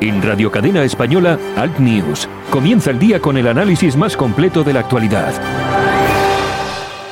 En Radio Cadena Española, Alt News. Comienza el día con el análisis más completo de la actualidad.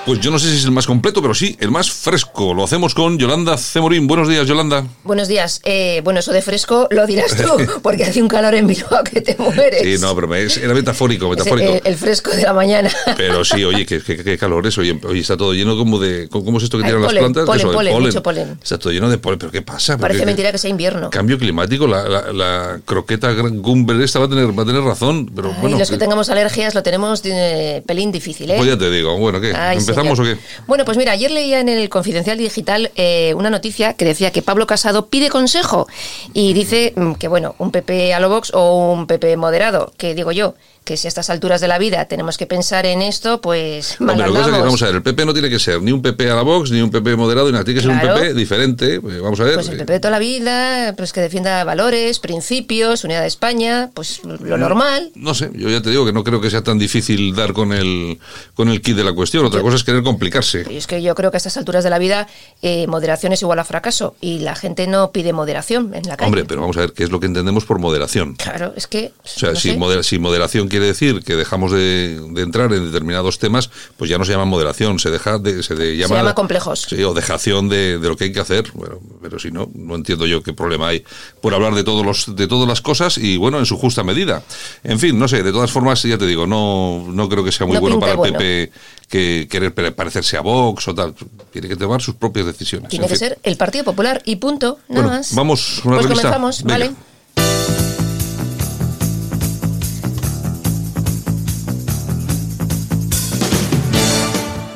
Pues yo no sé si es el más completo, pero sí, el más fresco. Lo hacemos con Yolanda Cemorín. Buenos días, Yolanda. Buenos días. Eh, bueno, eso de fresco lo dirás tú, porque hace un calor en Bilbao que te mueres. eh, Sí, Eh, no, pero es, era metafórico, metafórico. el, el fresco de la mañana. Pero sí, oye, qué, qué- qué calor es. Oye, oye, está todo lleno como de... ¿Cómo es esto que Ay, tiran las polen, plantas? polen, Eso, de polen, mucho polen. Está todo lleno de polen. ¿Pero qué pasa? ¿Pero Parece qué- mentira que sea invierno. Cambio climático, la, la- la croqueta gran Gumber esta va a tener, va a tener razón, pero Ay, bueno, eh, los que tengamos alergias lo tenemos eh, pelín difícil, ¿eh? pues ya te digo, bueno, ¿qué? Ay, ¿Empezamos señor. o qué? Bueno, pues mira, ayer leía en el Confidencial Digital eh, una noticia que decía que Pablo Casado pide consejo y dice mm, que, bueno, un PP a lo Vox o un PP moderado, que digo yo, que si a estas alturas de la vida tenemos que pensar en esto, pues No, mal pero lo que pasa es que, andamos. vamos a ver, el PP no tiene que ser ni un PP a la Vox, ni un PP moderado, ni nada, tiene que ser Claro. un PP diferente, eh, vamos a ver. Pues el eh, PP de toda la vida, pues que defienda valores, principios, unidad de España, pues lo normal. No sé, yo ya te digo que no creo que sea tan difícil dar con el, con el kit de la cuestión, otra cosa es querer complicarse. Y es que yo creo que a estas alturas de la vida eh, moderación es igual a fracaso y la gente no pide moderación en la calle. Hombre, pero vamos a ver, ¿qué es lo que entendemos por moderación? Claro, es que... O sea, no si, sé. moder- si moderación quiere decir que dejamos de, de entrar en determinados temas, pues ya no se llama moderación, se deja de, se de- llama, llama complejos. Sí, o dejación de, de lo que hay que hacer. Bueno, pero si no, no entiendo yo qué problema hay por hablar de todos los, de todas las cosas y bueno, en su justa medida. En fin, no sé, de todas formas, ya te digo, no, no creo que sea muy No bueno pinta para el bueno. PP que querer pare- parecerse a Vox o tal. Tiene que tomar sus propias decisiones. Tiene en que fin. ser el Partido Popular y punto, nada Bueno, más. vamos, una Pues revista. comenzamos, Venga. vale.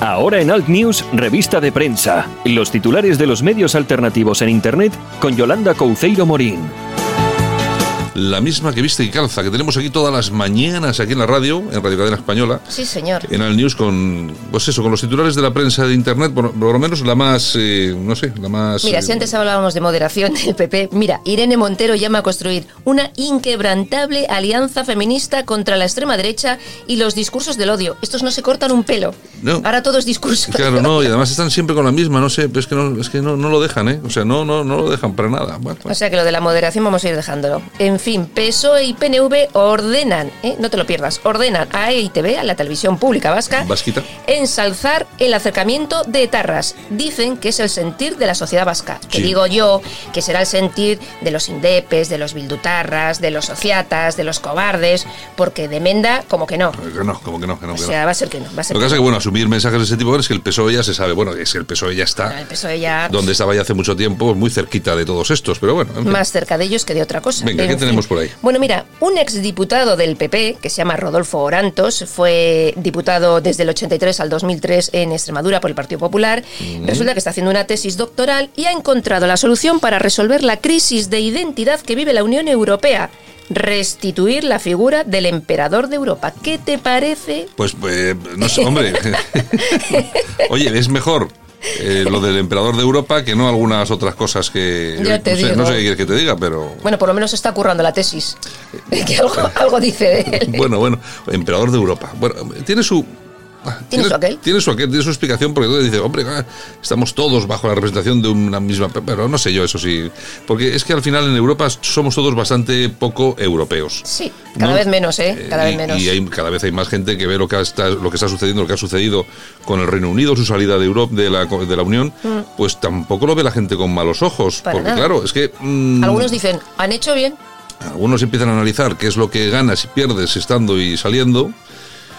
Ahora en Alt News, revista de prensa. Los titulares de los medios alternativos en Internet con Yolanda Couceiro Morín. La misma que viste y calza, que tenemos aquí todas las mañanas aquí en la radio, en Radio Cadena Española. Sí, señor. en Al News con pues eso, con los titulares de la prensa de internet, por, por lo menos la más eh, no sé, la más Mira, eh, si antes hablábamos de moderación del PP, mira, Irene Montero llama a construir una inquebrantable alianza feminista contra la extrema derecha y los discursos del odio. Estos no se cortan un pelo. No. Ahora todo es discurso. Claro, no, y además están siempre con la misma, no sé, pero es que no, es que no, no lo dejan, ¿eh? O sea, no, no, no lo dejan para nada. Bueno, O sea que lo de la moderación vamos a ir dejándolo. En fin, PSOE E y PNV ordenan, ¿eh? no te lo pierdas, ordenan a E EITV, a la televisión pública vasca, Vasquita. ensalzar el acercamiento de etarras. Dicen que es el sentir de la sociedad vasca. Que Sí. digo yo que será el sentir de los indepes, de los bildutarras, de los sociatas, de los cobardes, porque de Menda como que no. que no, como que no, que no, O que no. sea, va a ser que no. Va a ser Lo que pasa es que, bueno, asumir mensajes de ese tipo es que el PSOE E ya se sabe, bueno, es que el PSOE E ya El está PSOE ya donde estaba ya hace mucho tiempo, pues muy cerquita de todos estos, pero bueno, en fin. más cerca de ellos que de otra cosa. Venga, ¿qué En tenemos por ahí? Bueno, mira, un exdiputado del PP, que se llama Rodolfo Orantos, fue diputado desde el 83 al 2003 en Extremadura por el Partido Popular, resulta que está haciendo una tesis doctoral y ha encontrado la solución para resolver la crisis de identidad que vive la Unión Europea, restituir la figura del emperador de Europa. ¿Qué te parece? Pues, eh, no sé, hombre. Oye, es mejor eh, lo del emperador de Europa que no algunas otras cosas que. eh, Ya te no, sé, digo. no sé qué quieres que te diga, pero. Bueno, por lo menos está currando la tesis. Eh, Que algo, algo dice de él. Bueno, bueno, emperador de Europa. Bueno, tiene su. ah, su aquel? Tiene su aquel, tiene su explicación, porque entonces dice, hombre, ah, estamos todos bajo la representación de una misma. Pero no sé yo, eso sí. Porque es que al final en Europa somos todos bastante poco europeos. Sí, cada No. vez menos, ¿eh? Cada Eh, vez y- menos. Y hay- cada vez hay más gente que ve lo que está, lo que está sucediendo, lo que ha sucedido con el Reino Unido, su salida de Europa, de la, de la Unión, pues tampoco lo ve la gente con malos ojos. Mm. Para porque nada. claro, es que mm, Algunos dicen, han hecho bien, algunos empiezan a analizar qué es lo que ganas y pierdes estando y saliendo.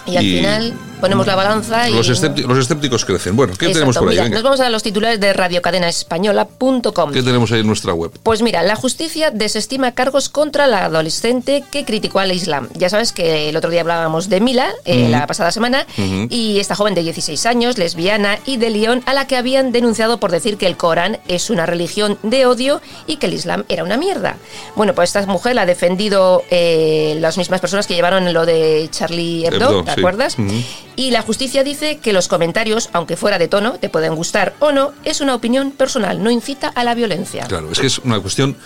Y al Y- final ponemos la balanza y... Los, escépti- los escépticos crecen. Bueno, ¿qué Exacto, tenemos por ahí? mira, Venga. nos vamos a los titulares de radiocadenaespañola.com. ¿Qué tenemos ahí en nuestra web? Pues mira, la justicia desestima cargos contra la adolescente que criticó al Islam. Ya sabes que el otro día hablábamos de Mila, eh, la pasada semana, y esta joven de 16 años, lesbiana y de León, a la que habían denunciado por decir que el Corán es una religión de odio y que el Islam era una mierda. Bueno, pues esta mujer la ha defendido eh, las mismas personas que llevaron lo de Charlie Hebdo, Hebdo, ¿te sí. acuerdas? Ujú. Y la justicia dice que los comentarios, aunque fuera de tono, te pueden gustar o no, es una opinión personal, no incita a la violencia. Claro, es que es una cuestión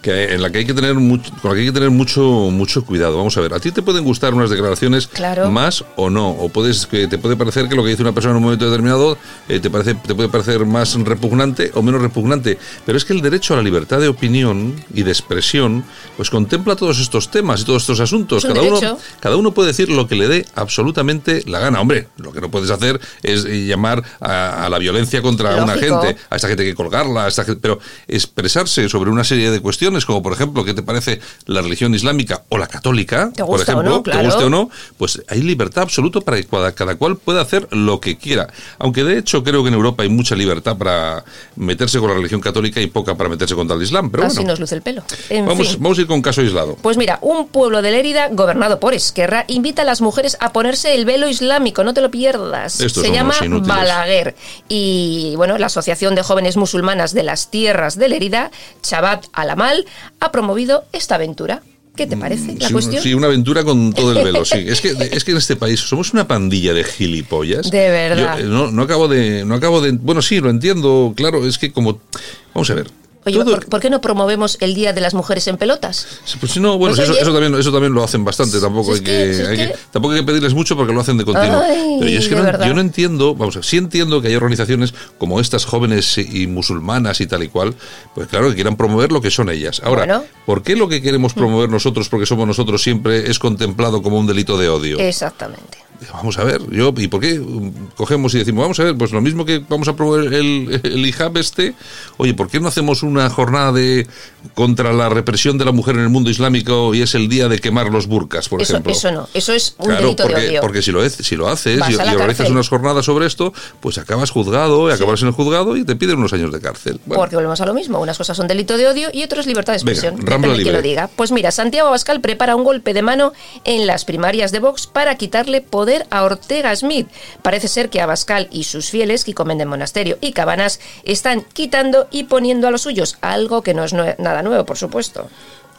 que, en la que hay que tener mucho, con la que hay que tener mucho, mucho cuidado. Vamos a ver, a ti te pueden gustar unas declaraciones Claro. más o no, o puedes que te puede parecer que lo que dice una persona en un momento determinado eh, te parece te puede parecer más repugnante o menos repugnante, pero es que el derecho a la libertad de opinión y de expresión pues contempla todos estos temas y todos estos asuntos. Es un cada uno derecho. cada uno puede decir lo que le dé absolutamente la gana. Hombre, lo que no puedes hacer es eh, llamar a, a la violencia contra una Lógico. gente a esta gente hay que colgarla, a esta gente- pero expresarse sobre una serie de cuestiones, como por ejemplo, ¿qué te parece la religión islámica o la católica? ¿Te por gusta o ejemplo, no? te Claro. guste o no, pues hay libertad absoluta para que cada, cada cual pueda hacer lo que quiera. Aunque de hecho creo que en Europa hay mucha libertad para meterse con la religión católica y poca para meterse contra el Islam, pero Así bueno. nos luce el pelo. En Vamos, fin. vamos a ir con caso aislado. Pues mira, un pueblo de Lérida, gobernado por Esquerra, invita a las mujeres a ponerse el velo islámico, no te lo pierdas. Estos Se son llama unos inútiles. Balaguer. Y bueno, la Asociación de Jóvenes Musulmanas de las Tierras de Lérida, Chabat Alamal, ha promovido esta aventura. ¿Qué te parece la Mm, Sí, un- cuestión? sí, una aventura con todo el velo, sí. Es que, es que en este país somos una pandilla de gilipollas. De verdad. Yo, eh, no, no acabo de, no acabo de. Bueno, sí, lo entiendo, claro, es que como. Vamos a ver. Oye, todo- ¿por, por qué no promovemos el Día de las Mujeres en Pelotas? pues si no, bueno, Pues eso, oye. eso también, eso también lo hacen bastante, tampoco Si es hay, que- que, si es hay que- que- tampoco hay que pedirles mucho porque lo hacen de continuo. Ay, Pero yo es que de no, verdad. yo no entiendo, vamos a ver, sí entiendo que hay organizaciones como estas jóvenes y musulmanas y tal y cual, pues claro que quieran promover lo que son ellas. Ahora, Bueno. ¿por qué lo que queremos promover nosotros porque somos nosotros siempre es contemplado como un delito de odio? Exactamente. Vamos a ver, yo, ¿y por qué um, cogemos y decimos, vamos a ver, pues lo mismo que vamos a probar el, el IHAB este, oye, ¿por qué no hacemos una jornada de contra la represión de la mujer en el mundo islámico y es el día de quemar los burkas, por Eso, ejemplo? eso no, eso es un Claro, delito de porque, odio. porque si lo, es- si lo haces Vas y, a la y organizas cárcel. unas jornadas sobre esto, pues acabas juzgado y acabas en el juzgado y te piden unos años de cárcel. Bueno, Porque volvemos a lo mismo, unas cosas son delito de odio y otras libertad de Venga, expresión. Rambla Depende libre. quién lo diga. Pues mira, Santiago Abascal prepara un golpe de mano en las primarias de Vox para quitarle poder a Ortega Smith. Parece ser que Abascal y sus fieles, que comen de monasterio y cabanas, están quitando y poniendo a los suyos, algo que no es nue- nada nuevo, por supuesto.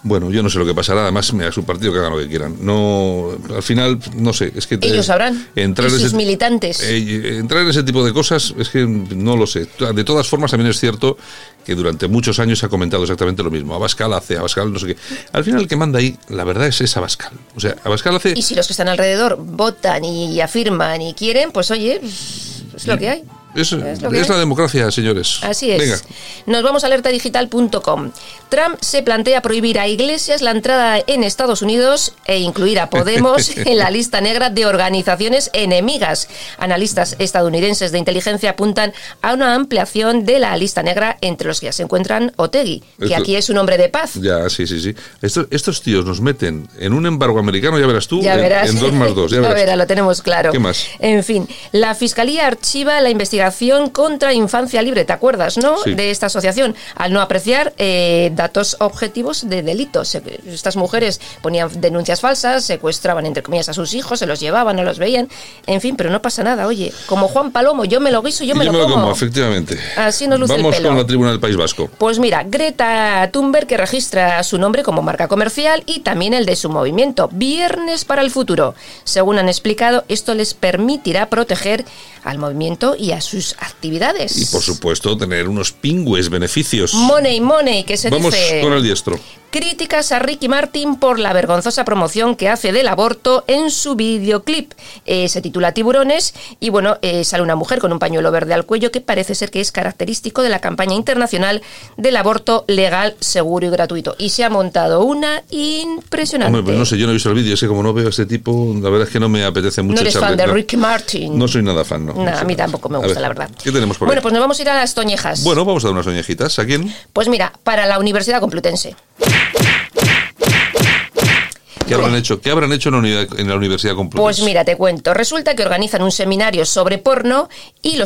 bueno, yo no sé lo que pasará, además mira, es un partido que hagan lo que quieran. No, al final, no sé, es que... te- Ellos sabrán. Entrar y en sus ese- militantes. Eh, entrar en ese tipo de cosas es que no lo sé. De todas formas, también es cierto que durante muchos años se ha comentado exactamente lo mismo. Abascal hace, Abascal no sé qué. Al final el que manda ahí, la verdad es, es Abascal. O sea, Abascal hace... y si los que están alrededor votan y afirman y quieren, pues oye, es lo que hay. Es, es lo que es hay. la democracia, señores. Así es. Venga. Nos vamos a alertadigital.com. Trump se plantea prohibir a iglesias la entrada en Estados Unidos e incluir a Podemos en la lista negra de organizaciones enemigas. Analistas estadounidenses de inteligencia apuntan a una ampliación de la lista negra entre los que ya se encuentran Otegui, que Esto- aquí es un hombre de paz. Ya, sí, sí, sí. Estos, estos tíos nos meten en un embargo americano, ya verás tú, Ya en- verás. en, dos más dos. Ya verás. verás, lo tenemos claro. ¿Qué más? En fin, la Fiscalía archiva la investigación contra Infancia Libre, ¿te acuerdas, no? Sí. De esta asociación, al no apreciar eh, datos objetivos de delitos. Eh, Estas mujeres ponían denuncias falsas, secuestraban, entre comillas, a sus hijos, se los llevaban, no los veían. En fin, pero no pasa nada, oye. Como Juan Palomo, yo me lo guiso, yo me, Y lo, como. efectivamente. Así nos luce el Vamos pelo. con la tribuna del País Vasco. Pues mira, Greta Thunberg que registra su nombre como marca comercial y también el de su movimiento, Viernes para el Futuro. Según han explicado, esto les permitirá proteger al movimiento y a sus actividades. Y por supuesto, tener unos pingües beneficios. Money, money, que se Vamos dice. con el diestro. Críticas a Ricky Martin por la vergonzosa promoción que hace del aborto en su videoclip. Eh, se titula Tiburones y bueno, eh, sale una mujer con un pañuelo verde al cuello que parece ser que es característico de la campaña internacional del aborto legal, seguro y gratuito. Y se ha montado una impresionante. Hombre, pues no sé, yo no he visto el vídeo, es que como no veo a este tipo, la verdad es que no me apetece mucho No eres echarle- fan de no- Ricky Martin. No soy nada fan, no. Nah, No soy a mí nada tampoco me fan. A ver, gusta, la verdad. ¿Qué tenemos por bueno, ahí? pues nos vamos a ir a las toñejas. Bueno, vamos a dar unas oñejitas. ¿A quién? Pues mira, para la Universidad Complutense. ¿Qué habrán hecho? ¿Qué habrán hecho en la, unidad- en la Universidad Complutense? Pues mira, te cuento. Resulta que organizan un seminario sobre porno y lo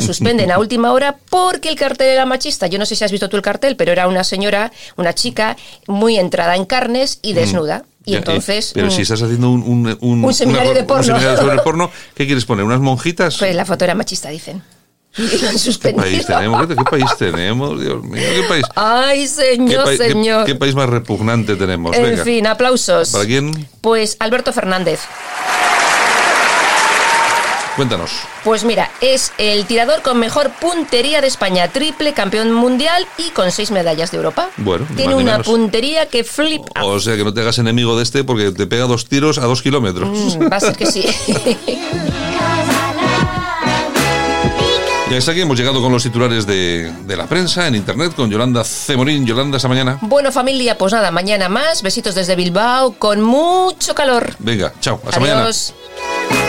suspenden a última hora porque el cartel era machista. Yo no sé si has visto tú el cartel, pero era una señora, una chica muy entrada en carnes y desnuda. Y Mm. Ya, eh, entonces... pero mm, si estás haciendo un, un, un- Un seminario de porno. un seminario sobre el porno, ¿qué quieres poner? ¿Unas monjitas? Pues la foto era machista, dicen. Y lo han ¿Qué país suspendido. tenemos? ¿Qué país tenemos? Dios mío, ¿qué país? Ay, ¿Qué, señor, pa- qué- señor. qué país más repugnante tenemos? en Venga. fin, aplausos. ¿Para quién? Pues Alberto Fernández. Cuéntanos. Pues mira, es el tirador con mejor puntería de España, triple campeón mundial y con seis medallas de Europa. Bueno, ni tiene más ni una menos. puntería que flipa. O sea que no te hagas enemigo de este porque te pega dos tiros a dos kilómetros. Mm, Va a ser que sí. Y hasta aquí hemos llegado con los titulares de, de la prensa en internet con Yolanda Cemorín. Yolanda, esta mañana. bueno, familia, pues nada, mañana más. Besitos desde Bilbao con mucho calor. Venga, chao. Hasta Adiós. mañana.